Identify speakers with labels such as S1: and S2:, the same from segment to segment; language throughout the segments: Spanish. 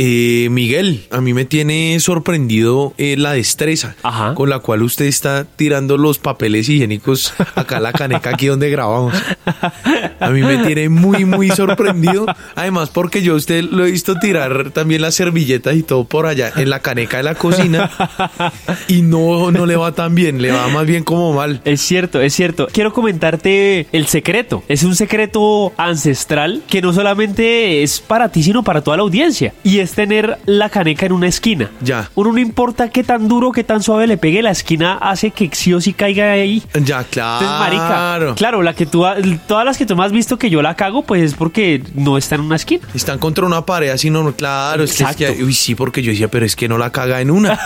S1: Eh, Miguel, a mí me tiene sorprendido eh, la destreza
S2: Ajá.
S1: con la cual usted está tirando los papeles higiénicos acá a la caneca, aquí donde grabamos. A mí me tiene muy, muy sorprendido. Además, porque yo a usted lo he visto tirar también las servilletas y todo por allá en la caneca de la cocina y no, no le va tan bien, le va más bien como mal.
S2: Es cierto, es cierto. Quiero comentarte el secreto. Es un secreto ancestral que no solamente es para ti, sino para toda la audiencia. Y es tener la caneca en una esquina.
S1: Ya.
S2: Uno no importa qué tan duro, qué tan suave le pegue, la esquina hace que sí o sí caiga ahí.
S1: Ya, claro.
S2: Entonces, marica, claro, la que tú, ha- todas las que tú me has visto que yo la cago, pues es porque no está en una esquina.
S1: Están contra una pared así, no, no, claro. Es que, es que-
S2: Exacto.
S1: uy, sí, porque yo decía, pero es que no la caga en una.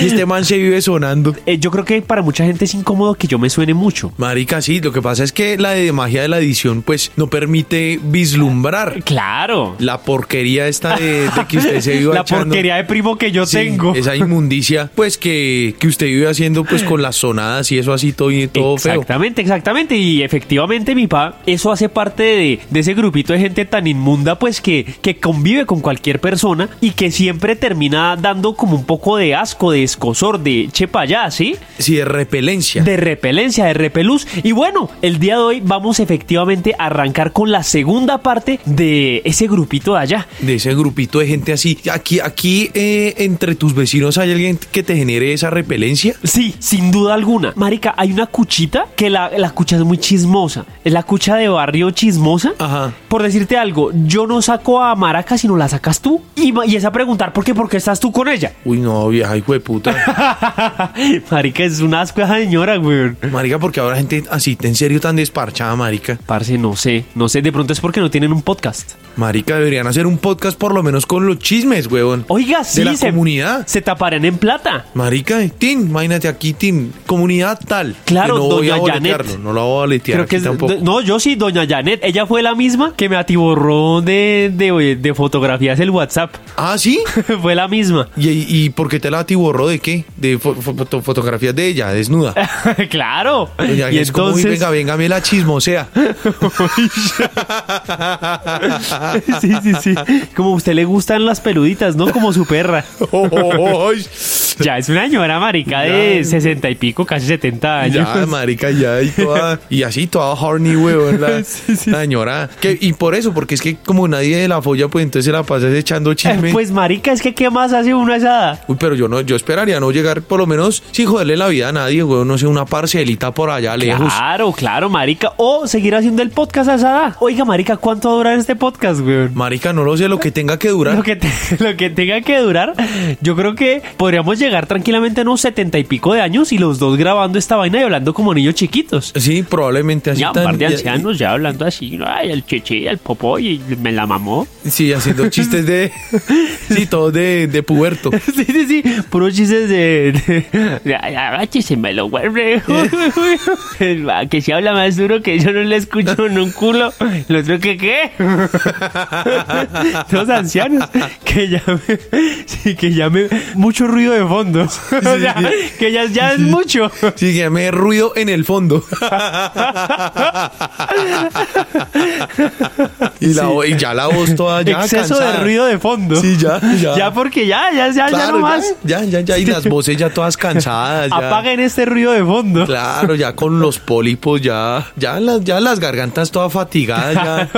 S1: y este man se vive sonando.
S2: Eh, yo creo que para mucha gente es incómodo que yo me suene mucho.
S1: Marica, sí, lo que pasa es que la de magia de la edición, pues, no permite vislumbrar
S2: Claro.
S1: la porquería esta de, de que usted se viva
S2: la
S1: echando.
S2: porquería de primo que yo
S1: Sí,
S2: tengo.
S1: Esa inmundicia, pues, que, que usted vive haciendo, pues, con las sonadas y eso así, todo, y todo feo.
S2: Exactamente, exactamente. Y efectivamente, mi pa, eso hace parte de, de ese grupito de gente tan inmunda, pues que, que convive con cualquier persona y que siempre termina dando como un poco de asco, de escosor, de chepa allá, ¿sí?
S1: Sí, de repelencia.
S2: De repelencia, de repelús. Y bueno, el día de hoy vamos efectivamente a arrancar con la segunda parte de ese grupito de allá.
S1: de ese grupito de gente así. Aquí, aquí eh, entre tus vecinos hay alguien que te genere esa repelencia.
S2: Sí, sin duda alguna. Marica, hay una cuchita que la, la cucha es muy chismosa. Es la cucha de barrio chismosa.
S1: Ajá.
S2: Por decirte algo, yo no saco a Maraca, sino la sacas tú. Y, ma- y es a preguntar por qué, por qué estás tú con ella.
S1: Uy, no, vieja, hijo de puta.
S2: Marica, es una asco esa señora, güey.
S1: Marica, porque ahora gente así, en serio, tan desparchada, marica.
S2: Parce, no sé, no sé. De pronto es porque no tienen un podcast.
S1: Marica, deberían hacer un podcast por lo menos con los chismes, huevón.
S2: Oiga, sí.
S1: De la
S2: se,
S1: comunidad.
S2: Se taparán en plata.
S1: Marica, Tin, imagínate aquí, Tin, comunidad tal.
S2: Claro,
S1: que no voy a
S2: doña Janet.
S1: boletearlo, no lo voy a boletear
S2: Creo
S1: aquí
S2: que es-
S1: tampoco.
S2: No, yo sí, doña Janet. Ella fue la misma que me atiborró de, de, de fotografías el WhatsApp.
S1: Ah, ¿sí?
S2: fue la misma.
S1: ¿Y, y por qué te la atiborró de qué? De fo- fo- foto- fotografías de ella, desnuda.
S2: claro.
S1: Ella
S2: y
S1: Pues es como, uy,
S2: entonces.
S1: venga, venga, me la chismosea.
S2: sí, sí, sí. Como a usted le gustan las peluditas, ¿no? Como su perra. Ya es una señora marica de sesenta y pico, casi 70 años.
S1: Ya, marica, ya, y toda, y así toda horny, huevón, la,
S2: Sí, sí.
S1: la señora. Que- y por eso, porque es que como nadie de la folla, pues entonces se la pasas echando chisme.
S2: Eh, pues marica, es que ¿qué más hace una asada?
S1: Uy, pero yo no, yo esperaría no llegar, por lo menos, sin joderle la vida a nadie, huevón, no sé, una parcelita por allá lejos.
S2: Claro, claro, marica. O seguir haciendo el podcast asada. Oiga, marica, ¿cuánto va a durar este podcast, weón?
S1: Marica, no lo sé, lo que tenga que durar.
S2: Lo que, te- lo que tenga que durar, yo creo que podríamos llegar tranquilamente a unos setenta y pico de años y los dos grabando esta vaina y hablando como niños chiquitos.
S1: Sí, probablemente así
S2: Ya, un
S1: tan-
S2: par de
S1: ya- eh,
S2: ancianos ya hablando así, ¿no? ay, el cheche, el popó y me la mamó.
S1: Sí, haciendo chistes de. sí, todos de, de puberto.
S2: Sí, sí, sí, puros chistes de... de, de "Ay, agáchese, me lo vuelve. que si habla más duro que yo no le escucho en un culo. El otro que qué. Todos ancianos que ya me... Sí, que ya me... Mucho ruido de fondo. o sea, que ya, ya es mucho.
S1: Sí, que me ruido en el fondo. y, la, vo- y ya la voz toda ya
S2: Exceso
S1: cansada.
S2: de ruido de fondo.
S1: Sí, ya, ya.
S2: Ya porque ya, ya, ya, ya
S1: Claro,
S2: no más.
S1: Ya, ya, ya. Y las voces ya todas cansadas. ya.
S2: Apaguen este ruido de fondo.
S1: Claro, ya con los pólipos, ya, ya las, ya las gargantas todas fatigadas, ya.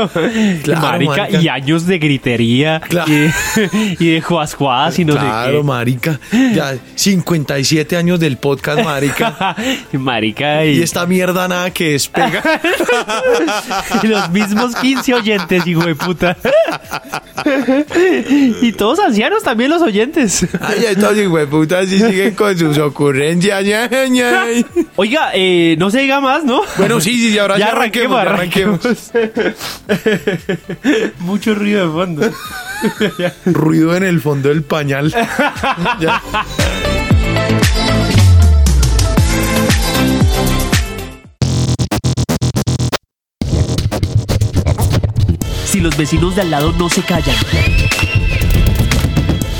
S1: Claro,
S2: marica,
S1: marica.
S2: y años de gritería
S1: Claro.
S2: y, de, y de juascuadas y no
S1: Claro, marica. Ya 57 años del podcast, marica.
S2: sé qué. marica, y,
S1: Y esta mierda nada que despega.
S2: y los mismos 15 oyentes, hijo de puta. y todos ancianos también los oyentes.
S1: Ay, estos hijueputas sí siguen con sus ocurrencias. ña, ña.
S2: Oiga, eh, no se diga más, ¿no?
S1: Bueno, sí, sí, sí, ahora
S2: Ya
S1: ya arranquemos, ya
S2: arranquemos,
S1: arranquemos.
S2: Mucho ruido de fondo.
S1: Ruido en el fondo del pañal. Ya.
S2: Si los vecinos de al lado no se callan.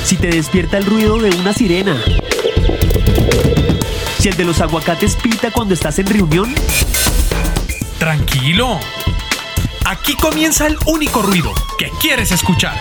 S2: Si te despierta el ruido de una sirena. Si el de los aguacates pita cuando estás en reunión.
S3: Tranquilo. Aquí comienza el único ruido que quieres escuchar.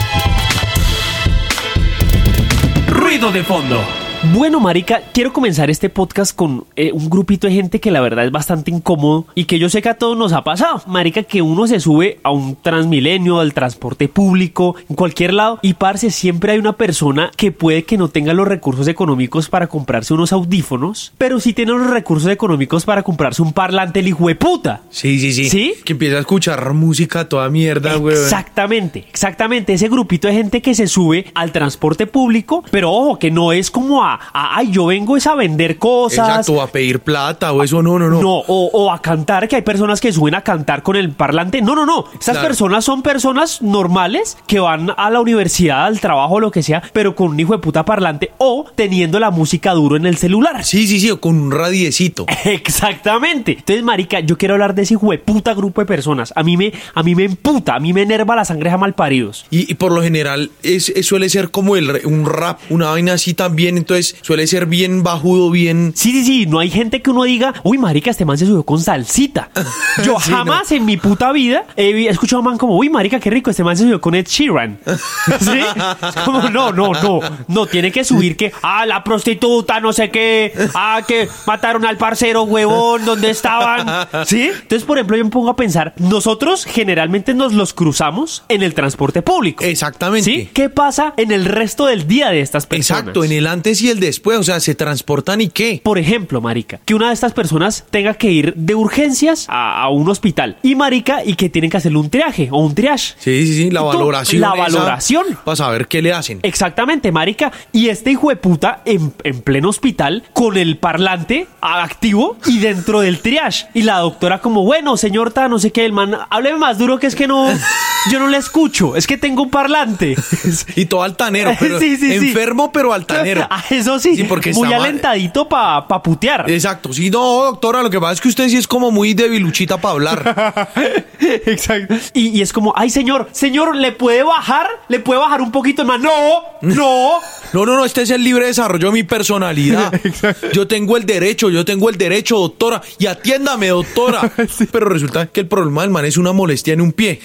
S2: Ruido de fondo. Bueno, Marica, quiero comenzar este podcast con eh, un grupito de gente que la verdad es bastante incómodo y que yo sé que a todos nos ha pasado. Marica, que uno se sube a un transmilenio, al transporte público, en cualquier lado, y parce, siempre hay una persona que puede que no tenga los recursos económicos para comprarse unos audífonos, pero sí tiene los recursos económicos para comprarse un parlante, el hijo de puta.
S1: Sí, sí, sí.
S2: ¿Sí?
S1: Que empieza a escuchar música toda mierda, güey.
S2: Exactamente, exactamente. Ese grupito de gente que se sube al transporte público, pero ojo, que no es como a, a, ay, yo vengo es a vender cosas.
S1: Exacto, a pedir plata o eso, no, no, no.
S2: No, o, o a cantar, que hay personas que suben a cantar con el parlante. No, no, no. Estas
S1: Claro.
S2: personas son personas normales que van a la universidad, al trabajo, lo que sea, pero con un hijo de puta parlante o teniendo la música duro en el celular.
S1: Sí, sí, sí, o con un radiecito.
S2: Exactamente. Entonces, marica, yo quiero hablar de ese hueputa grupo de personas. A mí me, a mí me emputa, a mí me enerva la sangre mal paridos.
S1: Y, y por lo general es, es- suele ser como el, re- un rap, una vaina así también, entonces suele ser bien bajudo, bien...
S2: Sí, sí, sí, no hay gente que uno diga, uy, marica, este man se subió con salsita. Yo
S1: Sí,
S2: jamás en mi puta vida he vi- he escuchado a un man como, uy, marica, qué rico, este man se subió con Ed Sheeran. ¿Sí? Es Como, no, no, no, no, tiene que subir que, ah, la prostituta, no sé qué, ah, que mataron al parcero, huevón, ¿dónde estaban? ¿Sí? Entonces, por ejemplo, yo me pongo a pensar, nosotros generalmente nos los cruzamos en el transporte público.
S1: Exactamente.
S2: ¿Sí? ¿Qué pasa en el resto del día de estas personas?
S1: Exacto, en el antes y el después, o sea, se transportan y qué.
S2: Por ejemplo, marica, que una de estas personas tenga que ir de urgencias a, a un hospital y marica y que tienen que hacerle un triaje o un triage.
S1: Sí, sí, sí, la
S2: Tú,
S1: valoración.
S2: la
S1: esa,
S2: valoración.
S1: Para saber qué le hacen.
S2: Exactamente, marica. Y este hijo de puta en, en pleno hospital con el parlante a- activo y dentro del triage. Y la doctora como, bueno, señor ta, no sé qué, el man, hábleme más duro que es que no, yo no le escucho, es que tengo un parlante.
S1: Y todo altanero, pero
S2: Sí, sí, sí.
S1: enfermo pero altanero.
S2: Ah, Eso sí,
S1: Sí, porque
S2: muy
S1: está mal.
S2: alentadito para putear.
S1: Exacto, sí, no, doctora, lo que pasa es que usted sí es como muy debiluchita para hablar.
S2: Exacto. Y, y es como, ay, señor, señor, ¿le puede bajar? ¿Le puede bajar un poquito más? No, no.
S1: No, no, no, este es el libre desarrollo de mi personalidad. Yo tengo el derecho, yo tengo el derecho, doctora, y atiéndame, doctora. Pero resulta que el problema del man es una molestia en un pie.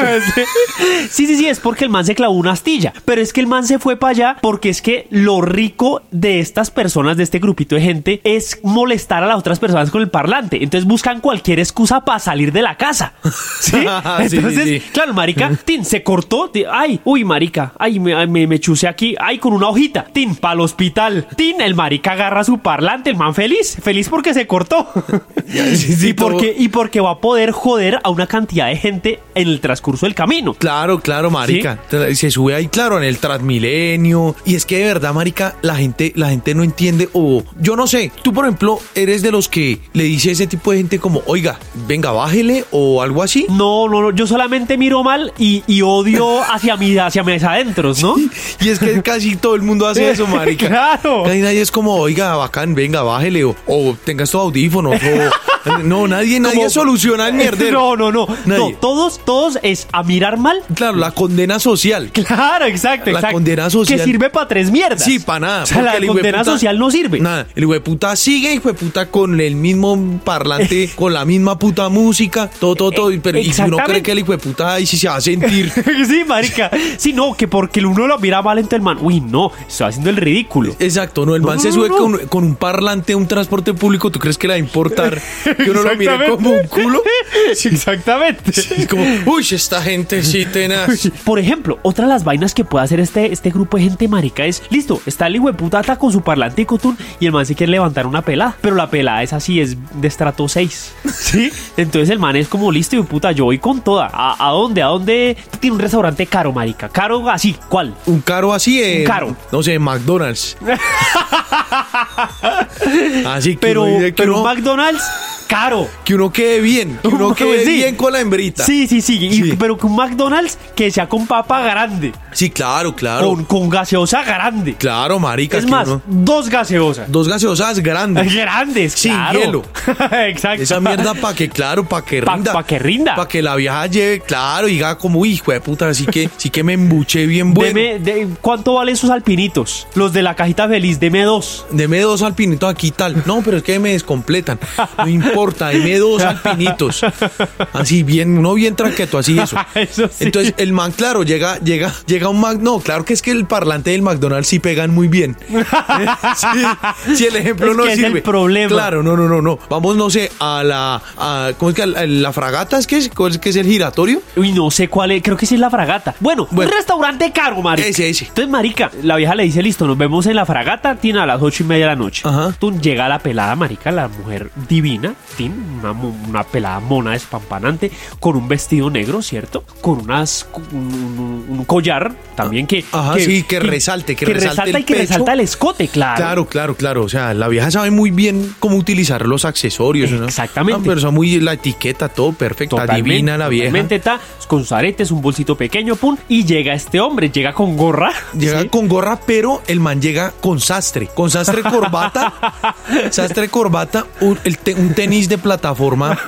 S2: sí, sí, sí, es porque el man se clavó una astilla. Pero es que el man se fue para allá porque es que lo rico de estas personas, de este grupito de gente, es molestar a las otras personas con el parlante. Entonces buscan cualquier excusa para salir de la casa. ¿Sí?
S1: Sí, sí,
S2: Entonces,
S1: sí.
S2: claro, marica, tin, se cortó. tin, ay, uy, marica, ay, me, me, me chuse aquí. Ay, con una hojita. Tin, para el hospital. Tin, el marica agarra su parlante, el man feliz. Feliz porque se cortó.
S1: sí, sí,
S2: y, porque, y porque va a poder joder a una cantidad de gente en el transcurso del camino.
S1: Claro, claro, marica. Tra- Se sube ahí, claro, en el Transmilenio. Y es que de verdad, marica, la gente, la gente no entiende o yo no sé. Tú, por ejemplo, eres de los que le dice a ese tipo de gente como, oiga, venga, bájele o algo así.
S2: No, no, no, yo solamente miro mal y, y odio hacia mi, hacia mis adentros, ¿no?
S1: Y es que casi todo el mundo hace eso, marica.
S2: Claro.
S1: Casi nadie es como, oiga, bacán, venga, bájele o, o tenga estos audífonos. O, no, nadie, nadie soluciona el mierdero.
S2: No, no, no,
S1: Nadie.
S2: no. Todos, todos es a mirar mal.
S1: Claro, la condena social.
S2: Claro, exacto,
S1: La
S2: exacto.
S1: condena social.
S2: Que sirve para tres mierdas.
S1: Sí, para nada.
S2: O sea,
S1: porque
S2: la
S1: el
S2: condena
S1: hijueputa-
S2: social no sirve.
S1: Nada. El hueputa sigue, hijueputa, con el mismo parlante, con la misma puta música, todo, todo, todo. y- Pero, y si uno cree
S2: Exactamente.
S1: que el hijueputa ahí sí se va a sentir.
S2: sí, marica. Sí, no, que porque uno lo mira mal entonces el man. Uy, no, está haciendo el ridículo.
S1: Exacto, no, el man
S2: No,
S1: se
S2: no,
S1: sube
S2: no.
S1: Con, con un parlante a un transporte público, ¿tú crees que le va a importar que uno lo mire
S2: Exactamente.
S1: como un culo?
S2: Exactamente.
S1: Es como, uy, esta gente sí tenaz.
S2: Por ejemplo, otra de las vainas que puede hacer este, este grupo de gente marica es, listo, está el hijo de puta ata con su parlante y cotún y el man se quiere levantar una pelada, pero la pelada es así, es de estrato 6. ¿Sí? Entonces el man es como, listo, hijo de puta, yo voy con toda. ¿A, a dónde? ¿A dónde? Tiene un restaurante caro, marica. Caro así, ¿cuál?
S1: Un caro así eh,
S2: caro.
S1: No sé, McDonald's. así que
S2: Pero,
S1: uno dice que
S2: pero un
S1: uno-
S2: McDonald's caro.
S1: que uno quede bien, que uno
S2: Pues
S1: quede
S2: sí.
S1: bien con la hembrita.
S2: Sí, sí, sí, y-
S1: Sí.
S2: Pero que un McDonald's que sea con papa grande,
S1: Sí, claro, claro.
S2: con, con gaseosa grande.
S1: Claro, marica.
S2: Es
S1: que
S2: más,
S1: uno-
S2: dos gaseosas.
S1: Dos gaseosas grandes.
S2: Grandes,
S1: Sin
S2: claro.
S1: hielo.
S2: Exacto.
S1: Esa mierda para que, claro, para que
S2: Pa-
S1: rinda.
S2: pa' que rinda.
S1: Para que la vieja lleve, claro, y diga como, "Uy, hijo de puta, así que, sí que me embuché bien bueno. Deme,
S2: Deme, de- ¿Cuánto valen esos alpinitos? Los de la cajita feliz, deme dos.
S1: dos alpinitos aquí y tal. No, pero es que me descompletan. No corta, M2 alpinitos. Así, bien, uno bien traqueto, así eso.
S2: Eso sí.
S1: Entonces, el man, claro, llega, llega, llega un Mac. No, claro que es que el parlante del McDonald's sí pegan muy bien. eh, Sí, si el ejemplo
S2: Es
S1: no
S2: que es el
S1: sirve.
S2: problema.
S1: Claro, no, no, no, no. Vamos, no sé, a la. a- ¿Cómo es que a la, la fragata? ¿Es que es, ¿Cuál es que es el giratorio?
S2: Uy, no sé cuál es, creo que sí es la fragata. Bueno,
S1: Bueno.
S2: un restaurante caro, marica.
S1: Ese, ese.
S2: Entonces, marica, la vieja le dice, listo, nos vemos en la fragata, Tin, a las ocho y media de la noche.
S1: Ajá.
S2: Tú llega la pelada, marica, la mujer divina, Tin, una, mo- una pelada mona despampanante, con un vestido negro, ¿cierto? Con unas, cu- un, un- un collar también que...
S1: Ah, Ajá, sí, que resalte, que resalte el
S2: y que
S1: pecho.
S2: resalta el escote, claro.
S1: Claro, claro, claro. O sea, la vieja sabe muy bien cómo utilizar los accesorios. ¿no?
S2: Exactamente.
S1: Una persona muy. La etiqueta, todo perfecto.
S2: Totalmente,
S1: Adivina la vieja.
S2: totalmente, ta, con sus aretes, un bolsito pequeño, pum, y llega este hombre, llega con gorra.
S1: Llega
S2: ¿sí?
S1: con gorra, pero el man llega con sastre. Con sastre corbata. sastre corbata, un, el te- un tenis de plataforma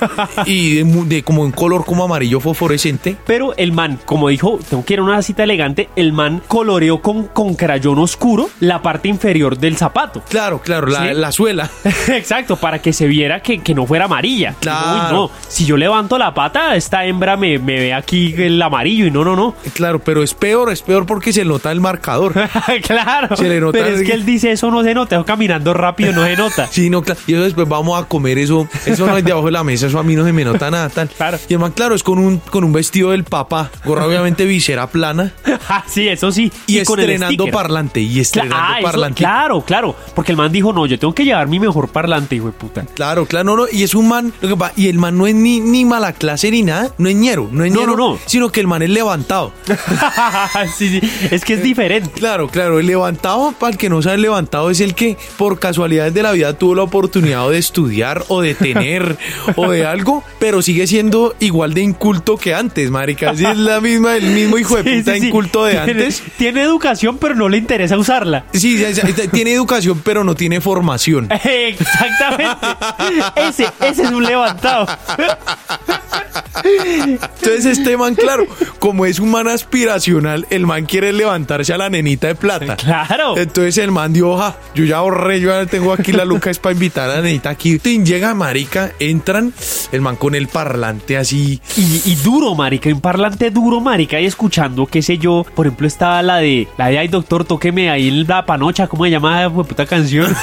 S1: y de, mu- de como en color como amarillo fosforescente.
S2: Pero el man, como dijo, tengo que ir a una cita elegante, el man coloreó con, con crayón oscuro la parte inferior del zapato.
S1: Claro, claro, la,
S2: Sí.
S1: la suela.
S2: Exacto, para que se viera que, que no fuera amarilla.
S1: Claro.
S2: Uy, no, si yo levanto la pata, esta hembra me, me ve aquí el amarillo y no, no, no.
S1: Claro, pero es peor, es peor porque se nota el marcador.
S2: claro.
S1: Se le nota
S2: pero es
S1: el-
S2: que él dice eso no se nota, yo caminando rápido no se nota.
S1: Sí, no, claro. Y eso después vamos a comer eso. Eso no es debajo de la mesa, eso a mí no se me nota nada tal.
S2: Claro.
S1: Y el man, claro, es con un, con un vestido del papá. Gorra obviamente visera plana.
S2: Ah, sí, eso sí.
S1: Y,
S2: con el
S1: estrenando
S2: sticker.
S1: parlante. Y
S2: Cla-
S1: estrenando
S2: ah, eso,
S1: parlante.
S2: claro, claro. Porque el man dijo, no, yo tengo que llevar mi mejor parlante, hijo de puta.
S1: Claro, claro, no, no, y es un man, lo que pa- y el man no es ni, ni mala clase ni nada, no es ñero, no es
S2: No,
S1: ñero,
S2: no, no.
S1: sino que el man es levantado.
S2: Sí, sí, es que es diferente.
S1: Claro, claro, el levantado, para el que no sabe, el levantado es el que por casualidades de la vida tuvo la oportunidad o de estudiar o de tener o de algo, pero sigue siendo igual de inculto que antes, marica, Así es la misma, el mismo hijo de
S2: Sí,
S1: puta
S2: sí, sí.
S1: inculto de
S2: Tiene-
S1: antes.
S2: Tiene educación, pero no le interesa usarla.
S1: Sí, sí, sí, tiene educación, pero no tiene formación.
S2: Exactamente. Ese, ese es un levantado.
S1: Entonces este man, claro, como es un man aspiracional, el man quiere levantarse a la nenita de plata.
S2: Claro.
S1: Entonces el man dio hoja, yo ya ahorré, yo ya tengo aquí la lucas para invitar a la nenita aquí. Tin, llega marica, entran, el man con el parlante así.
S2: Y, y duro, marica, un parlante duro, marica, y escuchando, qué sé yo, por ejemplo, estaba la de, la de, ay, doctor, tóqueme ahí en la panocha, ¿cómo se llama esa puta canción?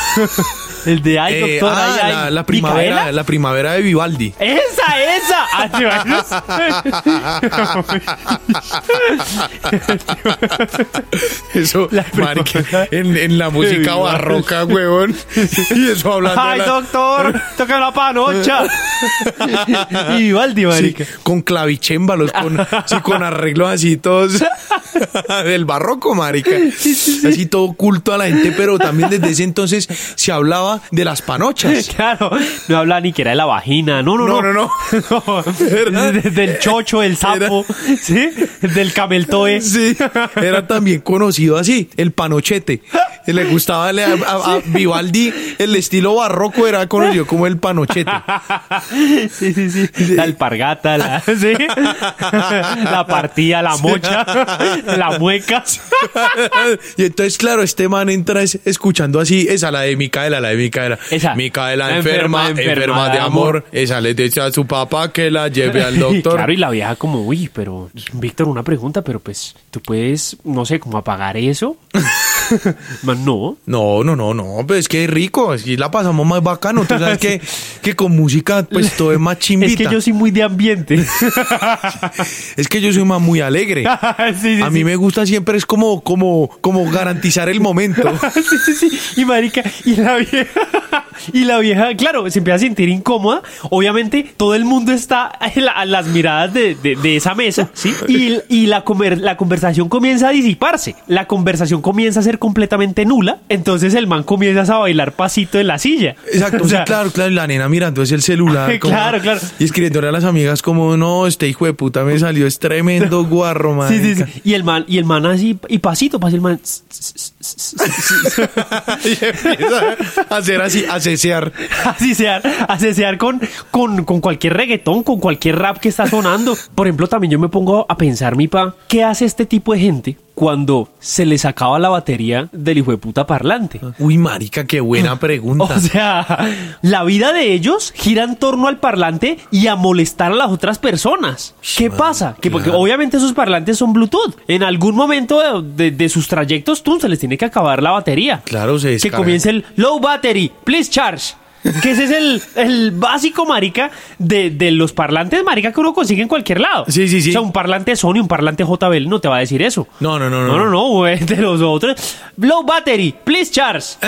S2: El de, ay,
S1: Eh,
S2: doctor,
S1: ah,
S2: ay,
S1: la,
S2: ay,
S1: la
S2: ¿Micaela?
S1: primavera, la primavera de Vivaldi.
S2: Esa, esa. Ah, ¿te imaginas?
S1: Eso,
S2: La
S1: marica,
S2: primavera
S1: en, en la música
S2: Vivaldi.
S1: barroca, huevón. Y eso hablando. de
S2: Ay,
S1: la-
S2: doctor, toca la panocha. y Vivaldi,
S1: Sí,
S2: marica.
S1: con clavicémbalos, con, sí, con arreglos así todos del barroco, marica. Así todo culto a la gente, pero también desde ese entonces se hablaba de las panochas.
S2: Claro, no habla ni que era de la vagina. No, no,
S1: No,
S2: no.
S1: no, no. Era-
S2: De- Del chocho, el sapo, ¿sí? Del cameltoe.
S1: Sí, era también conocido así, el panochete. Le gustaba le- a, a- a Vivaldi, el estilo barroco era conocido como el panochete.
S2: Sí, sí, sí. La alpargata, la, ¿sí? la partida, la mocha, la mueca.
S1: y entonces, claro, este man entra es- escuchando así, esa la de Micaela, la de Micaela.
S2: Esa.
S1: Micaela
S2: La
S1: enferma, enferma,
S2: enferma, enferma
S1: de
S2: de
S1: amor. Esa le dice a su papá que la lleve al doctor.
S2: Claro, y la vieja como, uy, pero, Víctor, una pregunta, pero pues, ¿tú puedes, no sé, como apagar eso? Man, no.
S1: No, no, no, no, pues es que es rico, es que la pasamos más bacano. Tú sabes que, que con música, pues todo es más chimbita.
S2: Es que yo soy muy de ambiente.
S1: soy más muy alegre.
S2: Sí, sí,
S1: A mí
S2: sí.
S1: me gusta siempre, es como, como, como garantizar el momento.
S2: Sí, sí, sí. Y marica, y la vieja, y la vieja, claro, se empieza a sentir incómoda. Obviamente, todo el mundo está a, la- a las miradas de, de- de esa mesa, ¿sí? Y, y la, comer- la conversación comienza a disiparse. La conversación comienza a ser completamente nula. Entonces el man comienza a bailar pasito en la silla.
S1: Exacto,
S2: O sea,
S1: sí, claro, claro, y la nena mirando es el celular.
S2: Claro, claro.
S1: Y escribiéndole a las amigas como, no, este hijo de puta me salió, es tremendo guarro, man.
S2: Sí, sí, sí. Y el man, y el man así, y pasito, pasito, el man. s- s- s- s- s- s-
S1: y empieza a hacer así, a cesear.
S2: Así sea, asesear con, con, con cualquier reggaetón, con cualquier rap que está sonando. Por ejemplo, también yo me pongo a pensar, mi pa, ¿qué hace este tipo de gente cuando se le sacaba la batería del hijo de puta parlante.
S1: Uy, marica, qué buena
S2: Oh,
S1: pregunta.
S2: O sea, la vida de ellos gira en torno al parlante y a molestar a las otras personas. ¿Qué
S1: Man,
S2: pasa? Que porque
S1: claro.
S2: obviamente esos parlantes son Bluetooth. En algún momento de, de- de sus trayectos, tú se les tiene que acabar la batería.
S1: Claro, se
S2: Que
S1: descarga.
S2: comience el low battery, please charge. Que ese es el, el básico, marica, de, de los parlantes, marica, que uno consigue en cualquier lado.
S1: Sí, sí, sí.
S2: O sea, un parlante Sony, un parlante JBL no te va a decir eso.
S1: No, no, no, no.
S2: No, no, no, güey, de los otros. Low battery, please charge.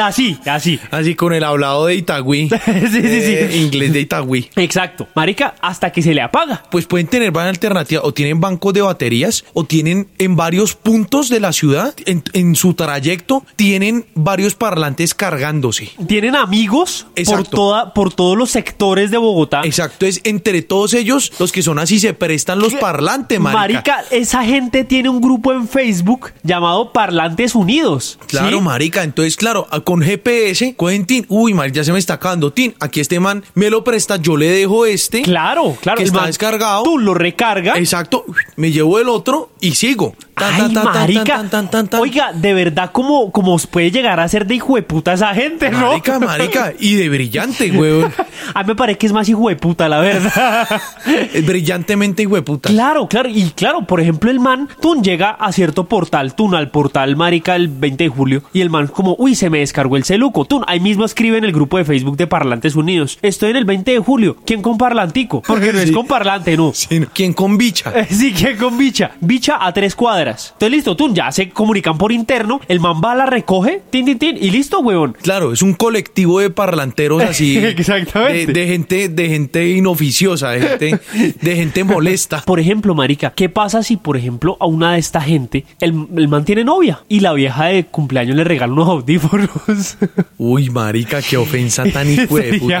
S2: Así, así.
S1: Así con el hablado de Itagüí.
S2: Sí, sí,
S1: Eh,
S2: sí.
S1: Inglés de Itagüí.
S2: Exacto. Marica, hasta que se le apaga.
S1: Pues pueden tener varias alternativas. O tienen bancos de baterías, o tienen en varios puntos de la ciudad, en, en su trayecto, tienen varios parlantes cargándose.
S2: Tienen amigos por,
S1: Exacto.
S2: toda, por todos los sectores de Bogotá.
S1: Exacto, es entre todos ellos los que son así se prestan los parlantes, marica.
S2: Marica, esa gente tiene un grupo en Facebook llamado Parlantes Unidos. ¿sí?
S1: Claro, marica. Entonces, claro, a- con GPS, Quentin, uy, marica, ya se me está acabando. Tin, aquí este man me lo presta, yo le dejo este.
S2: Claro, claro.
S1: Que
S2: el
S1: está
S2: man-
S1: descargado.
S2: Tú lo recargas.
S1: Exacto, me llevo el otro y sigo. Tan,
S2: Ay,
S1: tan, tan, tan,
S2: marica.
S1: tan, tan, tan, tan.
S2: Oiga, de verdad, como, como os puede llegar a ser de hijo de puta esa gente, ¿no?
S1: marica, marica, y de brillante, weón.
S2: A mí me parece que es más hijo de puta, la verdad.
S1: Eh, Brillantemente, hueputa.
S2: Claro, claro, y claro, por ejemplo, el man, Tun llega a cierto portal, Tun al portal Marica el 20 de julio, y el man como, uy, se me descargó el celuco, Tun, ahí mismo escribe en el grupo de Facebook de Parlantes Unidos, estoy en el 20 de julio, ¿quién con parlantico? Porque no es
S1: Sí.
S2: con parlante, no.
S1: Sí, ¿no? ¿Quién con bicha?
S2: Eh, Sí, que con bicha. Bicha a tres cuadras. Entonces, listo, Tun, ya se comunican por interno. El man va, la recoge, tin, tin, tin, y listo, huevón.
S1: Claro, es un colectivo de parlanteros así.
S2: Eh, Exactamente.
S1: De, de gente, de gente inoficiosa, de gente, de gente molesta.
S2: Por ejemplo, marica, ¿qué pasa si, por ejemplo, a una de esta gente, el, el man tiene novia y la vieja de cumpleaños le regala unos audífonos?
S1: Uy, marica, qué ofensa tan hijo de puta.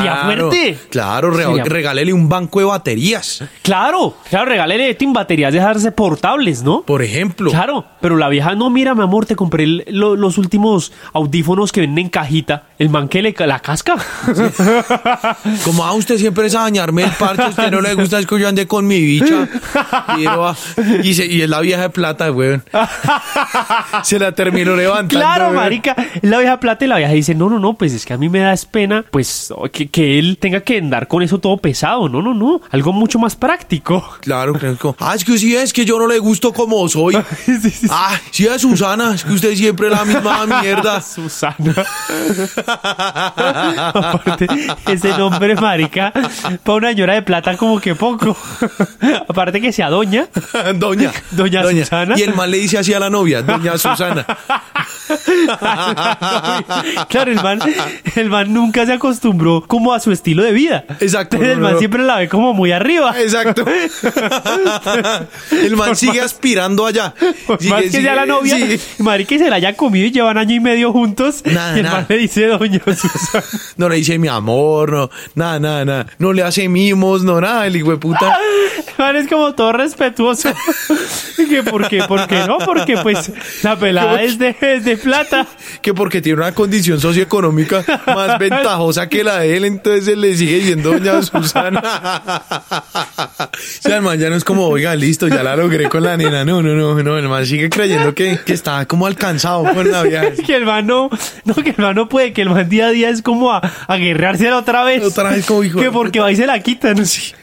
S1: Claro.
S2: sería fuerte.
S1: Claro, re-
S2: Sería-
S1: regálele un banco de baterías,
S2: claro, claro, regálele tin baterías de dejarse portables, ¿no?
S1: por ejemplo.
S2: Claro, pero la vieja, no, mira, mi amor, te compré el- lo- los últimos audífonos que venden en cajita. El man que le ca- la casca.
S1: Como a usted siempre es a dañarme el parche, a usted no le gusta es que yo ande con mi bicha. Y, yo, ah, y, se- y es la vieja de plata, weón. Se la terminó levantando.
S2: Claro,
S1: weón.
S2: marica. La vieja plata y la vieja dice, no, no, no, pues es que a mí me da es pena, pues oh, que, que él tenga que andar con eso todo pesado. No, no, no. Algo mucho más práctico.
S1: Claro, claro, es como, ah, es que sí, es que yo no le gusto como soy.
S2: Sí, sí, sí.
S1: Ah, sí, a Susana, es que usted siempre es la misma Ah, mierda.
S2: Susana. Aparte, ese nombre, marica, para una señora de plata como que poco. Aparte que sea doña.
S1: Doña,
S2: Doña Susana.
S1: Y el man le dice así a la novia, Doña Susana.
S2: claro, el man, el man nunca se acostumbró como a su estilo de vida.
S1: Exacto,
S2: Entonces, el
S1: no,
S2: man
S1: no.
S2: siempre la ve como muy arriba.
S1: Exacto. El man sigue aspirando allá.
S2: Por
S1: Sigue-
S2: Pues más que sea
S1: sigue-
S2: la novia,
S1: sí.
S2: marica, y se la haya comido y llevan año y medio juntos.
S1: Nada,
S2: y el
S1: nada.
S2: man le dice, doña Susana.
S1: No le dice mi amor, no, nada, nada, nada. No le hace mimos, no, nada, el hijo de puta.
S2: El man es como todo respetuoso. Y que, ¿por qué? ¿Por qué no? Porque, pues, la pelada es de, es de plata.
S1: Que porque tiene una condición socioeconómica más ventajosa que la de él, entonces él le sigue diciendo doña Susana. o sea, el man ya no es como, oiga, listo, ya la logré con la nena. No, no, no, no, el man sigue creyendo que, que está como alcanzado con la vieja.
S2: que el man no, no, que el man no puede, que el man día a día es como a, a guerreársela otra vez.
S1: Otra vez como hijo de
S2: Que porque va y se la quitan.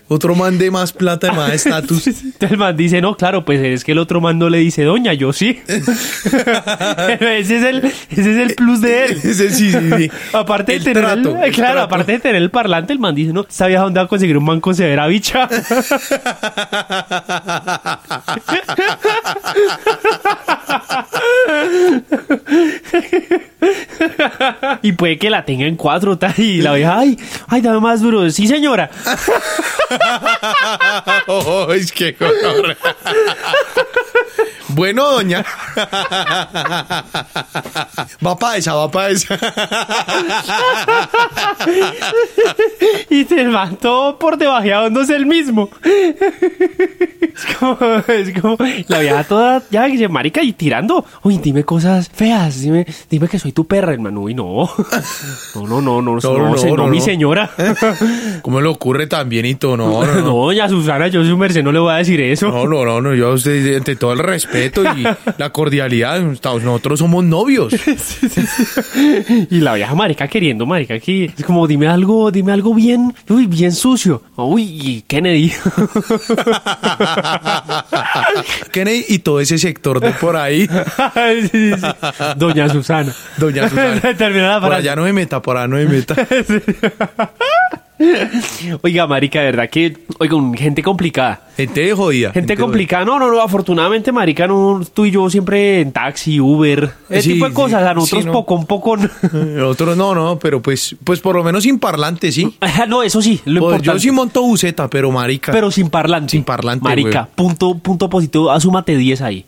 S1: Otro man de más plata, de más estatus.
S2: Entonces el man dice, no, claro, pues es que el otro man no le dice doña, yo sí. Pero ese es el, ese es el plus de él.
S1: Ese sí, sí, sí.
S2: Aparte de
S1: El
S2: tener el-
S1: trato, el
S2: claro,
S1: trato.
S2: aparte de tener el parlante, el man dice, no, esta vieja dónde va a conseguir un man con severa bicha. y puede que la tenga en cuatro tal, y la vieja, ay, ay, dame más duro. Sí, señora.
S1: Oh, es que color. Bueno, doña. Va para esa, va para esa.
S2: y se levantó por debajeándose el mismo. es como, es como la vieja toda, ya dice, marica, y tirando. Uy, dime cosas feas, dime, dime que soy tu perra, hermano. Uy, no. No, no, no, no, no, no, se- no, mi señora.
S1: ¿Cómo le ocurre también y todo? No, no, no.
S2: No, doña Susana, yo su merced no le voy a decir eso.
S1: No, no, no, no, yo a usted, entre todo el respeto y la cordialidad, nosotros somos novios.
S2: Sí, sí, sí. Y la vieja marica queriendo, marica, aquí. Es como, dime algo, dime algo bien, uy, bien sucio. Uy, y Kennedy.
S1: Kennedy y todo ese sector de por ahí,
S2: Sí, sí, sí. Doña Susana.
S1: doña Susana.
S2: Termina la
S1: Por
S2: frase.
S1: allá no me meta, por allá no me meta.
S2: Oiga, marica, de verdad que, oigan, gente complicada.
S1: Gente de jodida.
S2: Gente
S1: jodida.
S2: complicada, no, no, no, afortunadamente, marica, no, tú y yo siempre en taxi, Uber, ese
S1: Sí,
S2: tipo de
S1: sí,
S2: cosas, a nosotros
S1: sí, no.
S2: poco, un poco,
S1: Otros no, no, pero pues, pues por lo menos sin parlante, sí.
S2: Ah, no, eso sí, lo
S1: Pues
S2: importante,
S1: yo sí monto buceta, pero marica.
S2: pero sin parlante,
S1: Sin parlante,
S2: marica,
S1: güey.
S2: punto, punto positivo, asúmate 10 ahí.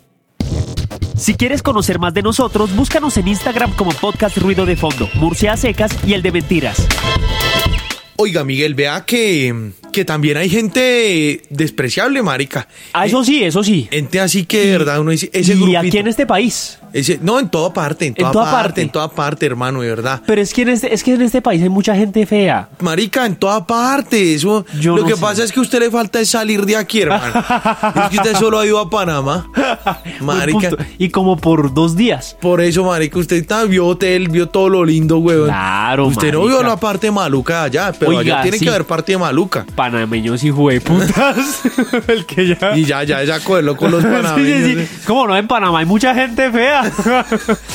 S2: Si quieres conocer más de nosotros, búscanos en Instagram como Podcast Ruido de Fondo, Murcia Secas y el de Mentiras.
S1: Oiga, Miguel, vea que, que también hay gente despreciable, marica.
S2: Ah, eso sí, eso sí,
S1: Gente así que de verdad uno dice, ese
S2: y
S1: grupito.
S2: aquí en este país.
S1: ese- no, en toda parte, en toda, parte, en toda parte, hermano, de verdad.
S2: Pero es que, en este, es que en este país hay mucha gente fea.
S1: Marica, en toda parte, eso.
S2: Yo
S1: lo
S2: no
S1: que
S2: sé.
S1: pasa es que a usted le falta es salir de aquí, hermano. es que usted solo ha ido a Panamá. Marica.
S2: Un punto. Y como por dos días.
S1: Por eso, marica, usted ta- vio hotel, vio todo lo lindo, weón.
S2: Claro,
S1: Pues, Usted no
S2: marica.
S1: vio la parte maluca de allá, pero
S2: Oiga,
S1: allá tiene
S2: sí.
S1: que haber parte maluca.
S2: Panameños y putas. El que ya.
S1: Y ya, ya, ya cogerlo con los panameños. eh.
S2: Sí, sí, sí. Es Como no, en Panamá hay mucha gente fea.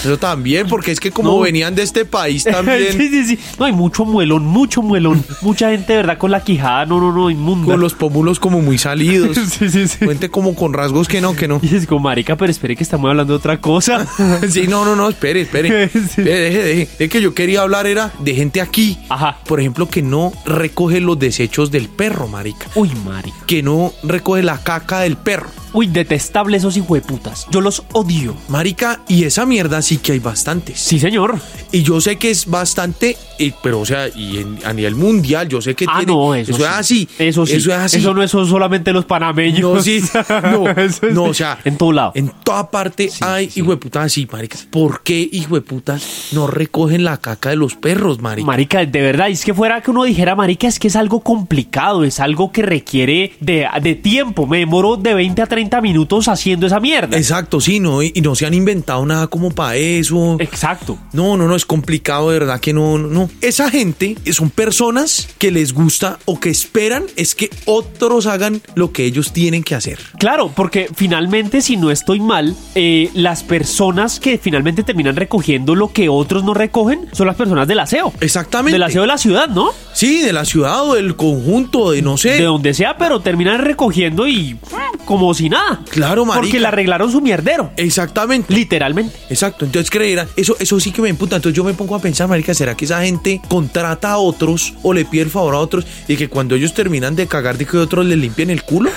S1: Eso también, porque es que como
S2: No.
S1: venían de este país
S2: Sí,
S1: también,
S2: sí, sí. No, hay mucho muelón, mucho muelón. Mucha gente, de ¿verdad? Con la quijada, no, no, no, inmunda.
S1: con los pómulos como muy salidos.
S2: Sí, sí, sí.
S1: Cuente como con rasgos que no, que no.
S2: Y es como, marica, pero espere que estamos hablando de otra cosa.
S1: Sí, no, no, no, espere, espere.
S2: Sí.
S1: Espere, Deje, deje. Es que yo quería hablar era de gente aquí.
S2: Ajá.
S1: Por ejemplo, que no recoge los desechos del perro, marica.
S2: Uy, marica.
S1: Que no recoge la caca del perro.
S2: Uy, detestable esos putas. Yo los odio.
S1: Marica, y esa mierda sí que hay bastantes.
S2: Sí, señor.
S1: Y yo sé que es bastante, eh, pero o sea, y en- a nivel mundial, yo sé que
S2: Ah,
S1: tiene.
S2: no, eso,
S1: eso es
S2: sí.
S1: así.
S2: Eso sí.
S1: Eso es así.
S2: no es solamente los panameños.
S1: No, sí, no,
S2: Eso es-
S1: no, o sea,
S2: En todo lado.
S1: En toda parte hay hijo de puta así, marica. ¿Por qué hijo de puta no recogen la caca de los perros, marica?
S2: Marica, de verdad, es que fuera que uno dijera, Marica, es que es algo complicado, es algo que requiere de, de tiempo. Me demoro de 20 a 30 minutos haciendo esa mierda.
S1: Exacto, sí, no, y, y no se han inventado nada como para eso.
S2: Exacto.
S1: No, no, no, es complicado, de verdad que no, no, no. Esa gente eh, son personas que les gusta o que esperan es que otros hagan lo que ellos tienen que hacer.
S2: Claro, porque finalmente, si no estoy mal, eh, las personas que finalmente terminan recogiendo lo que otros no recogen son las personas del aseo.
S1: Exactamente.
S2: Del aseo de la ciudad, ¿no?
S1: Sí, de la ciudad o del conjunto, de no sé.
S2: De donde sea, pero terminan recogiendo y mm, como si nada.
S1: Claro, marica.
S2: Porque le arreglaron su mierdero.
S1: Exactamente.
S2: Literalmente.
S1: Exacto, entonces creerán, eso, eso sí que me emputa. Entonces yo me pongo a pensar, marica, ¿será que esa gente contrata a otros o le pide el favor a otros y que cuando ellos terminan de cagar, de que otros les limpien el culo?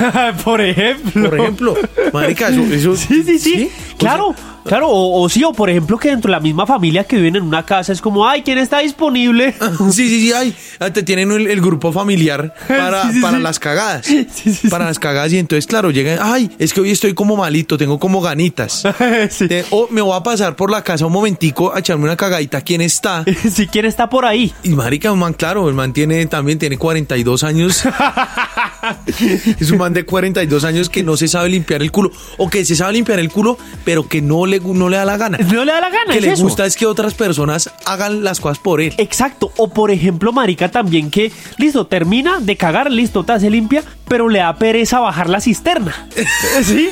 S2: Por ejemplo.
S1: Por ejemplo, marica, eso, eso- Pues
S2: Sí, sí, sí.
S1: O
S2: Claro, claro. O, o sí, o por ejemplo que dentro de la misma familia que viven en una casa es como, ay, ¿quién está disponible?
S1: sea, Sí, sí, sí, ay, ah, te tienen el, el grupo familiar para,
S2: Sí, sí,
S1: para
S2: sí.
S1: las cagadas.
S2: Sí, sí, sí.
S1: Para las cagadas y entonces, claro, llegan, ay, es que hoy estoy como malito, tengo como ganitas.
S2: Sí.
S1: Te- O me voy a pasar por la casa un momentico a echarme una cagadita. ¿Quién está?
S2: Si quién está por ahí.
S1: Y marica, un man, claro, el man tiene, también tiene 42 años. es un man de 42 años que no se sabe limpiar el culo. O que se sabe limpiar el culo, pero que no le, gu- no le da la gana.
S2: No le da la gana.
S1: que
S2: es
S1: le
S2: eso.
S1: gusta es que otras personas hagan las cosas por él.
S2: Exacto. O por ejemplo, marica también que, listo, termina de cagar, listo, ta, se limpia, pero le da pereza bajar la cisterna. ¿Sí?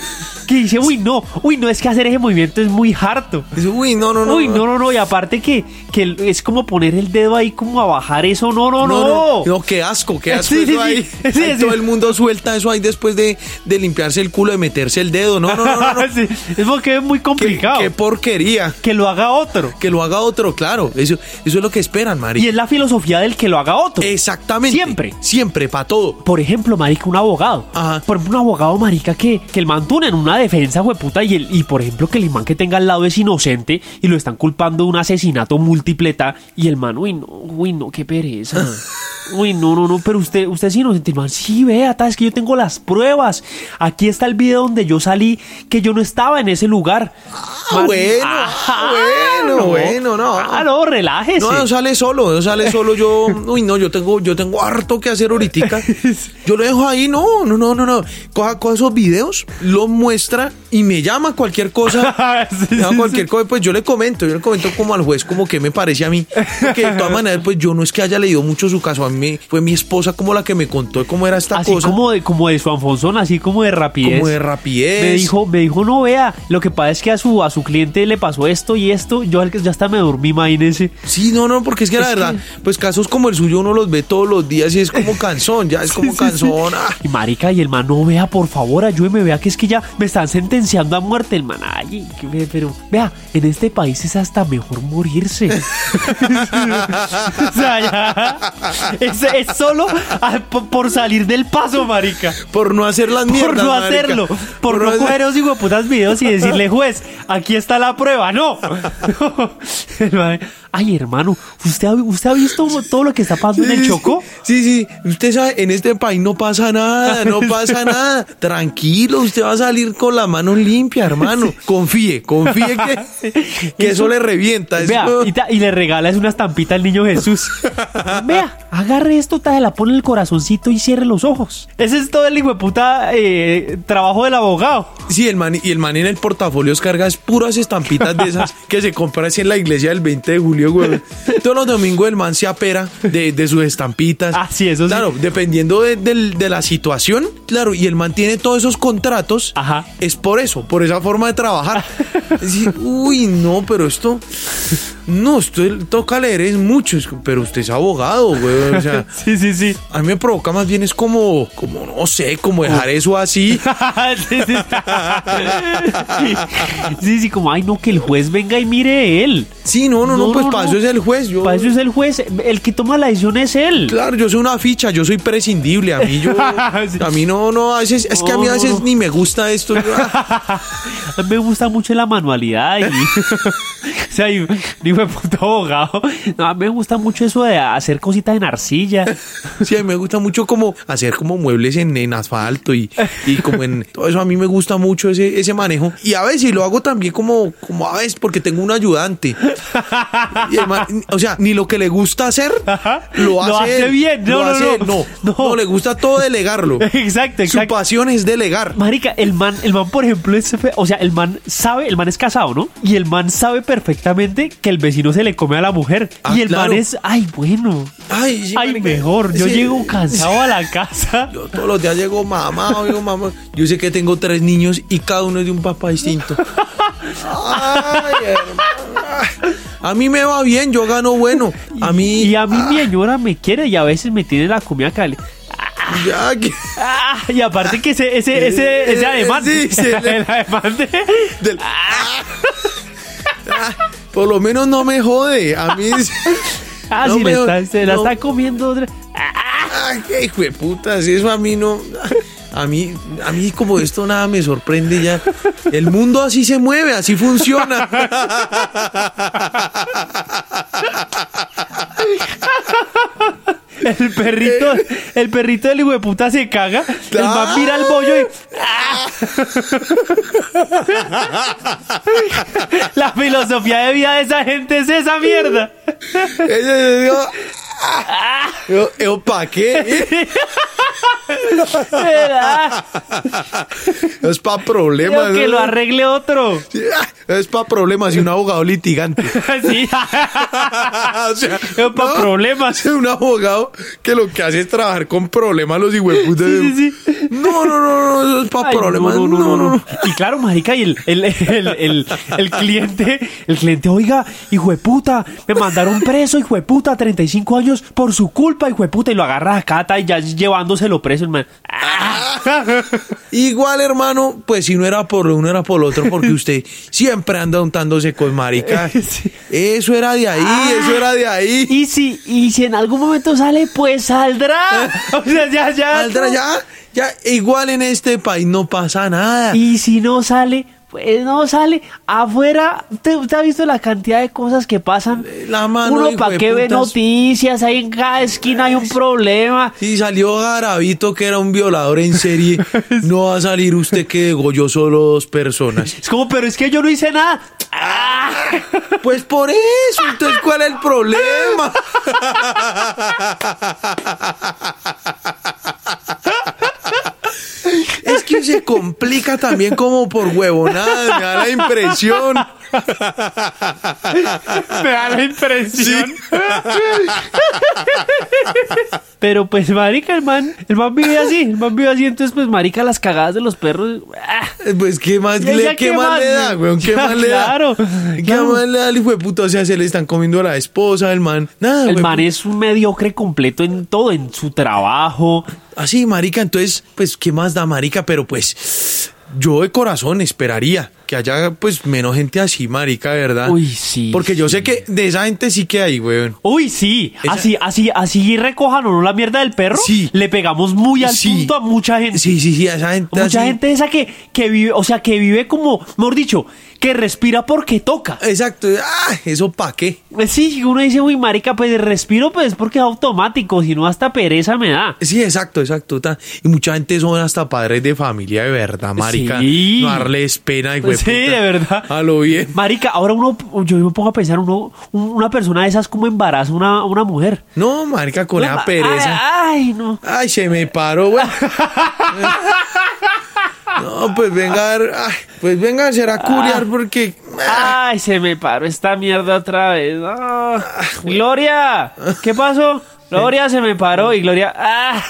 S2: Que dice, uy, no, uy, no, es que hacer ese movimiento es muy harto.
S1: Dice, uy, no, no, no.
S2: Uy, no, no, no, y aparte que, que es como poner el dedo ahí como a bajar eso, no, no, no.
S1: No, no, qué asco, qué asco
S2: Sí,
S1: eso
S2: sí, sí.
S1: ahí.
S2: Sí,
S1: Ahí
S2: sí.
S1: Todo el mundo suelta eso ahí después de, de limpiarse el culo, de meterse el dedo. No, no, no, no. no.
S2: Sí, es porque es muy
S1: qué,
S2: complicado.
S1: qué porquería.
S2: Que lo haga otro.
S1: Que lo haga otro, claro. Eso, eso es lo que esperan,
S2: Y
S1: marica.
S2: es la filosofía del que lo haga otro.
S1: Exactamente.
S2: Siempre.
S1: Siempre, para todo.
S2: Por ejemplo, marica, un abogado.
S1: Ajá.
S2: Por ejemplo, un abogado, marica, que, que el mantuna en una una defensa, hueputa, y, el, y por ejemplo que el imán que tenga al lado es inocente y lo están culpando de un asesinato múltiple, ta, y el man, uy, no, uy, no, qué pereza. Uy, no, no, no, pero usted, usted es inocente, el man, sí, vea, ta, es que yo tengo las pruebas. Aquí está el video donde yo salí, que yo no estaba en ese lugar.
S1: Ah,
S2: Man,
S1: bueno,
S2: ajá,
S1: bueno, bueno, no.
S2: Ah, no, relájese.
S1: No, no sale solo, no sale solo yo. Uy, no, yo tengo, yo tengo harto que hacer ahorita. Yo lo dejo ahí, no, no, no, no, no. Coja, coja esos videos, los muestra y me llama cualquier cosa.
S2: Sí,
S1: Me llama
S2: sí,
S1: cualquier cosa, pues yo le comento, yo le comento como al juez, como que me parece a mí. Porque de todas maneras, pues yo no es que haya leído mucho su caso. A mí me- fue mi esposa como la que me contó cómo era esta
S2: así
S1: cosa.
S2: como de, como de su anfonzón, así como de rapidez.
S1: Como de rapidez.
S2: Me dijo, me dijo, no vea, lo que pasa es que a su, a su cliente le pasó esto y esto, yo al que ya hasta me dormí, imagínese.
S1: Sí, no, no, porque es que la verdad, pues casos como el suyo uno los ve todos los días y es como canzón, ya es como canzón. ah.
S2: Y marica, y el man, no vea, por favor, ayúdeme, vea que es que ya me están sentenciando a muerte, el man. Ay, que ve, pero vea, en este país es hasta mejor morirse. o sea, ya, es, es solo ah, por, por salir del paso, marica.
S1: Por no hacer las mierdas.
S2: por no
S1: marica.
S2: hacerlo, por, no
S1: hacer-
S2: coger esos hijueputas videos y decirle, juez, aquí está la prueba. No. El man, Ay, hermano, ¿usted ha, ¿usted ha visto todo lo que está pasando en el
S1: Sí,
S2: Chocó?
S1: Sí, sí, usted sabe, en este país no pasa nada, no pasa nada. Tranquilo, usted va a salir con la mano limpia, hermano. Confíe, confíe que, que eso le revienta. eso-
S2: Vea, y, ta- y le regalas una estampita al niño Jesús. Vea, agarre esto, ta, la pone en el corazoncito y cierre los ojos. Ese es todo el hijueputa eh, trabajo del abogado.
S1: Sí, el man, y el man en el portafolio carga es puras estampitas de esas que se compra así en la iglesia del 20 de julio, güey. Todos los domingos el man se apera de, de sus estampitas.
S2: Ah, sí, eso sí.
S1: Claro, dependiendo de, del- de la situación, claro, y el man tiene todos esos contratos.
S2: Ajá.
S1: Es por eso, por esa forma de trabajar. Sí, uy, no, pero esto... No, esto toca leer es mucho, es- pero usted es abogado, güey. O sea,
S2: Sí, sí, sí.
S1: a mí me provoca más bien es como, como, no sé, como dejar eso así.
S2: sí, sí. Sí, sí, como, ay, no, que el juez venga y mire él.
S1: Sí, no, no, no,
S2: No,
S1: pues
S2: no,
S1: para
S2: no.
S1: eso es el juez. Yo,
S2: Para eso es el juez, el que toma la decisión es él.
S1: Claro, yo soy una ficha, yo soy prescindible. A mí yo.
S2: Sí.
S1: A mí no, no, a veces. Es que a mí a
S2: No, no,
S1: veces
S2: no.
S1: ni me gusta esto. yo, ah,
S2: A mí me gusta mucho la manualidad y... o sea, y- ni me puto abogado. No, a mí me gusta mucho eso de hacer cositas en arcilla.
S1: sí, a mí me gusta mucho como hacer como muebles en, en asfalto y, y como en. Todo eso a mí me gusta mucho ese, ese manejo. Y a veces lo hago también como, como a veces porque tengo un ayudante. Y el man- o sea, ni lo que le gusta hacer
S2: Ajá.
S1: lo hace,
S2: Lo hace
S1: él,
S2: bien, no,
S1: lo
S2: no,
S1: hace
S2: no.
S1: él, no,
S2: No.
S1: no, le gusta todo delegarlo.
S2: Exacto,
S1: Su
S2: exacto.
S1: pasión es delegar.
S2: Marica, el man, el man, por ejemplo, es, fe- o sea, el man sabe, el man es casado, ¿no? Y el man sabe perfectamente que el vecino se le come a la mujer.
S1: Ah,
S2: y el
S1: claro.
S2: man es, ay, bueno,
S1: Ay, sí,
S2: ay,
S1: marica.
S2: mejor. Yo
S1: Sí.
S2: llego cansado a la casa.
S1: Yo todos los días llego mamá, digo mamá. Yo sé que tengo tres niños y cada uno es de un papá distinto. Ay, hermano. A mí me va bien, yo gano bueno. A mí.
S2: Y a mí mi señora me quiere y a veces me tiene la comida caliente.
S1: ya que-
S2: Ah, y aparte que ese, ese, ese, ese
S1: Eh,
S2: ademán.
S1: sí, sí,
S2: el
S1: le-
S2: ademán de-
S1: del- Ah, por lo menos no me jode. A mí. es-
S2: Ah,
S1: No,
S2: sí, le
S1: pero-
S2: está- se la
S1: no.
S2: está comiendo otra.
S1: Ay, qué hijo de puta, si eso a mí no. A mí, a mí como esto nada me sorprende ya. El mundo así se mueve, así funciona.
S2: El perrito, el perrito del hijo de puta se caga. El
S1: Eh. Ah.
S2: man mira el bollo y.
S1: Ah.
S2: La filosofía de vida de esa gente es esa mierda.
S1: Ella dijo, "Ah". Yo, yo, ¿pa' qué?
S2: Ah,
S1: Es pa' problemas.
S2: que lo
S1: ¿no? ah,
S2: arregle otro.
S1: Es pa' problemas y un abogado litigante.
S2: Sí.
S1: O sea,
S2: Es pa'
S1: no,
S2: problemas.
S1: es un abogado que lo que hace es trabajar con problemas los hijueputas.
S2: Sí, sí, sí.
S1: No, no, no, no, eso es pa'
S2: Ay,
S1: problemas. No, no, no.
S2: Y claro, marica, y el, el, el, el- el cliente, el cliente, oiga, hijo de puta, me mandaron preso, hijo de puta, 35 años por su culpa, hijo de puta, y lo agarra a Cata y ya llevándoselo preso, el man. Ah,
S1: Igual, hermano, pues si no era por uno, era por el otro, porque usted siempre anda untándose con marica. Eso era de ahí,
S2: Ah.
S1: eso era de ahí.
S2: Y si, y si en algún momento sale, pues saldrá. O sea, ya, ya.
S1: Saldrá
S2: no.
S1: ya, ya, igual en este país no pasa nada.
S2: Y si no sale, pues no sale. Afuera, ¿usted, usted ha visto la cantidad de cosas que pasan?
S1: La mano,
S2: Uno
S1: hijo
S2: para
S1: de
S2: qué ve
S1: putas.
S2: noticias, ahí en cada esquina hay un problema.
S1: Si salió Garabito, que era un violador en serie, no va a salir usted que degolló solo dos personas.
S2: Es como, pero es que yo no hice nada. ¡Ah!
S1: Pues por eso, entonces, ¿cuál es el problema? Es que se complica también como por huevonada, me da la impresión.
S2: Me da la impresión. Pero pues, marica, el man, el man vive así, el man vive así, entonces pues, marica, las cagadas de los perros. ¡ah!
S1: Pues qué más
S2: Ya,
S1: le,
S2: ya,
S1: qué
S2: ¿qué
S1: más
S2: más?
S1: le da, weón, qué
S2: Ya,
S1: más le da.
S2: claro,
S1: Qué
S2: claro.
S1: más le da al hijo de puta, o sea, se le están comiendo a la esposa, el man. Nada,
S2: El
S1: weón.
S2: man es un mediocre completo en todo, en su trabajo.
S1: Así, marica, entonces, pues, ¿qué más da, marica? Pero pues, yo de corazón esperaría que haya, pues, menos gente así, marica, de ¿verdad?
S2: Uy, sí,
S1: Porque yo
S2: sí.
S1: sé que de esa gente sí que hay, weón.
S2: Uy, sí,
S1: Esa-
S2: así, así, así recojan o no la mierda del perro.
S1: Sí.
S2: Le pegamos muy al
S1: Sí.
S2: punto a mucha gente.
S1: Sí, sí, sí, a esa gente
S2: Mucha
S1: así.
S2: gente esa que, que vive, o sea, que vive como, mejor dicho, que respira porque toca.
S1: Exacto. Ah, ¿eso pa' qué?
S2: Eh, Sí, uno dice, uy, marica, pues respiro, pues porque es automático, si no hasta pereza me da.
S1: Sí, exacto, exacto. ta. Y mucha gente son hasta padres de familia, de verdad, marica.
S2: Sí.
S1: No darles pena, hijo
S2: Pues sí,
S1: puta.
S2: de verdad.
S1: A lo bien.
S2: Marica, ahora uno, yo me pongo a pensar, uno, un- una persona de esas como embaraza una, una mujer.
S1: No, marica, con la,
S2: Ma-
S1: pereza.
S2: Ay, ay, no.
S1: Ay, se me paró, güey. No, pues venga a ver, ay, pues venga a hacer a curiar porque.
S2: Ay, se me paró esta mierda otra vez. Ah. Gloria, ¿qué pasó? Gloria se me paró y Gloria. Ah.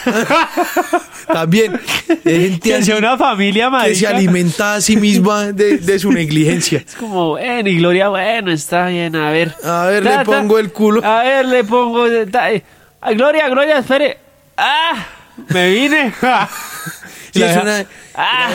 S1: También. hay gente
S2: Que
S1: así
S2: sea una familia, marica.
S1: que se alimenta a sí misma de, de su negligencia.
S2: Es como, bueno, y Gloria, bueno, está bien, a ver.
S1: A ver, le pongo el culo.
S2: A ver, le pongo. ta- eh, ay, Gloria, Gloria, espere. ¡Ah! Me vine.
S1: Sí,
S2: La
S1: es
S2: deja-
S1: una-
S2: Ah.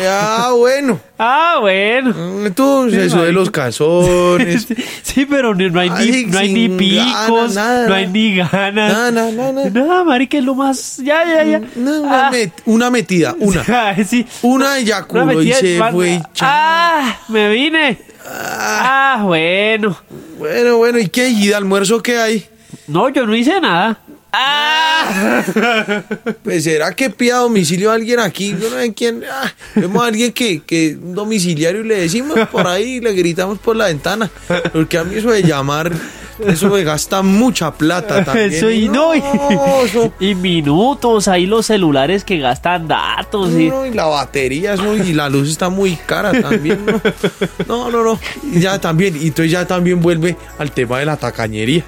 S1: Ah, bueno. Mm,
S2: Ah, bueno.
S1: Tú se sube los calzones.
S2: Sí, pero no, no hay,
S1: Ay,
S2: ni, no hay ni
S1: sin ganas,
S2: picos,
S1: nada,
S2: no hay ni ganas.
S1: Nada, nada, nada.
S2: Nada, marica, es lo más. Ya, ya, ya.
S1: No, una,
S2: Ah.
S1: met- una metida, una.
S2: Ay, sí.
S1: Una eyaculó y se
S2: man-
S1: fue. y chao.
S2: ¡Ah! Me vine. Ah, bueno.
S1: Bueno, bueno, ¿y qué? ¿Y de almuerzo qué hay?
S2: No, yo no hice nada. ¡Ah!
S1: Pues será que pida domicilio a alguien aquí, yo no sé quién, ah, vemos a alguien que, que un domiciliario y le decimos por ahí y le gritamos por la ventana, porque a mí eso de llamar, eso me gasta mucha plata también.
S2: Eso y no. Y,
S1: eso-
S2: y minutos, ahí los celulares que gastan datos. Y,
S1: no, y la batería eso, y la luz está muy cara también. ¿no? no, no, no. Y ya también, y entonces ya también vuelve al tema de la tacañería.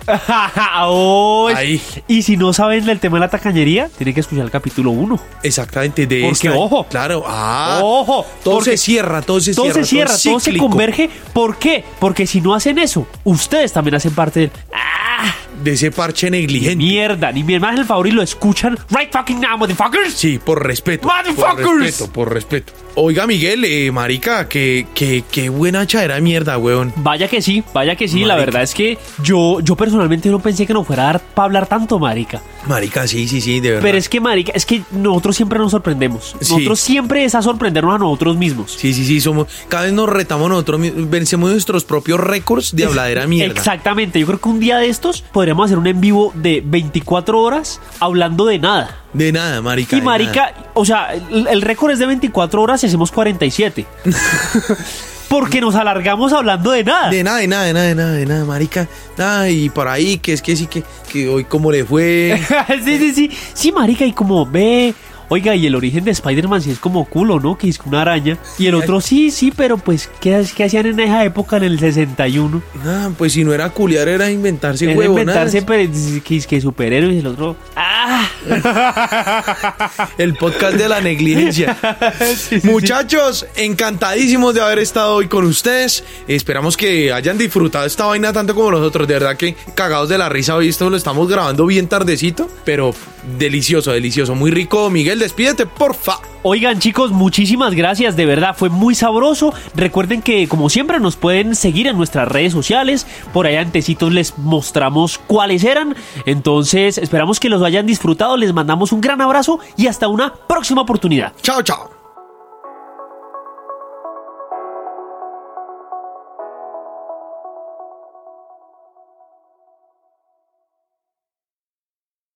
S2: Oh, es-
S1: Ahí.
S2: y si no saben del tema de la tacañería, tienen que escuchar el capítulo 1.
S1: Exactamente, de
S2: Porque,
S1: esta-
S2: ojo.
S1: Claro, ah.
S2: Ojo,
S1: Todo
S2: porque-
S1: se cierra, todo se
S2: Todo
S1: cierra.
S2: se cierra,
S1: es
S2: todo se
S1: cíclico.
S2: converge. ¿Por qué? Porque si no hacen eso, ustedes también hacen parte del. ¡Ah!
S1: De ese parche negligente.
S2: Mierda, ni mi hermano el favor y lo escuchan right fucking now, motherfuckers.
S1: Sí, por respeto. Por
S2: Motherfuckers.
S1: respeto, por respeto. Oiga, Miguel, eh, marica, que, que, que buena chadera de mierda, weón.
S2: Vaya que sí, vaya que sí, la
S1: Marica.
S2: verdad es que yo, yo personalmente no pensé que no fuera a dar para hablar tanto, marica.
S1: Marica, sí, sí, sí, de verdad.
S2: Pero es que, marica, es que nosotros siempre nos sorprendemos.
S1: Sí.
S2: Nosotros siempre es a sorprendernos a nosotros mismos.
S1: Sí, sí, sí, somos. Cada vez nos retamos nosotros, mi- vencemos nuestros propios récords de habladera de mierda.
S2: Exactamente, yo creo que un día de estos podríamos hacer un en vivo de 24 horas hablando de nada.
S1: De nada, marica.
S2: Y
S1: de
S2: marica,
S1: nada.
S2: o sea, el, el récord es de 24 horas y hacemos 47. Porque nos alargamos hablando de nada.
S1: De nada, de nada, de nada, de nada, de nada, marica. Ay, y por ahí, que es que sí, que, que hoy cómo le fue.
S2: sí, sí, sí. Sí, marica, y como ve. Oiga, y el origen de Spider-Man sí es como culo, ¿no? Que es una araña. Y el otro sí, sí, pero pues, ¿qué, qué hacían en esa época, en el 61?
S1: Ah, pues si no era culiar, era inventarse
S2: Era
S1: huevonadas.
S2: inventarse pero, que, que superhéroes y el otro. ¡Ah!
S1: El podcast de la negligencia. Muchachos, encantadísimos de haber estado hoy con ustedes. Esperamos que hayan disfrutado esta vaina tanto como nosotros. De verdad que cagados de la risa hoy esto lo estamos grabando bien tardecito, pero delicioso, delicioso, muy rico. Miguel, despídete, porfa.
S2: Oigan chicos, muchísimas gracias, de verdad, fue muy sabroso. Recuerden que como siempre nos pueden seguir en nuestras redes sociales, por allá antecitos les mostramos cuáles eran. Entonces esperamos que los hayan disfrutado, les mandamos un gran abrazo y hasta una próxima oportunidad.
S1: Chao, chao.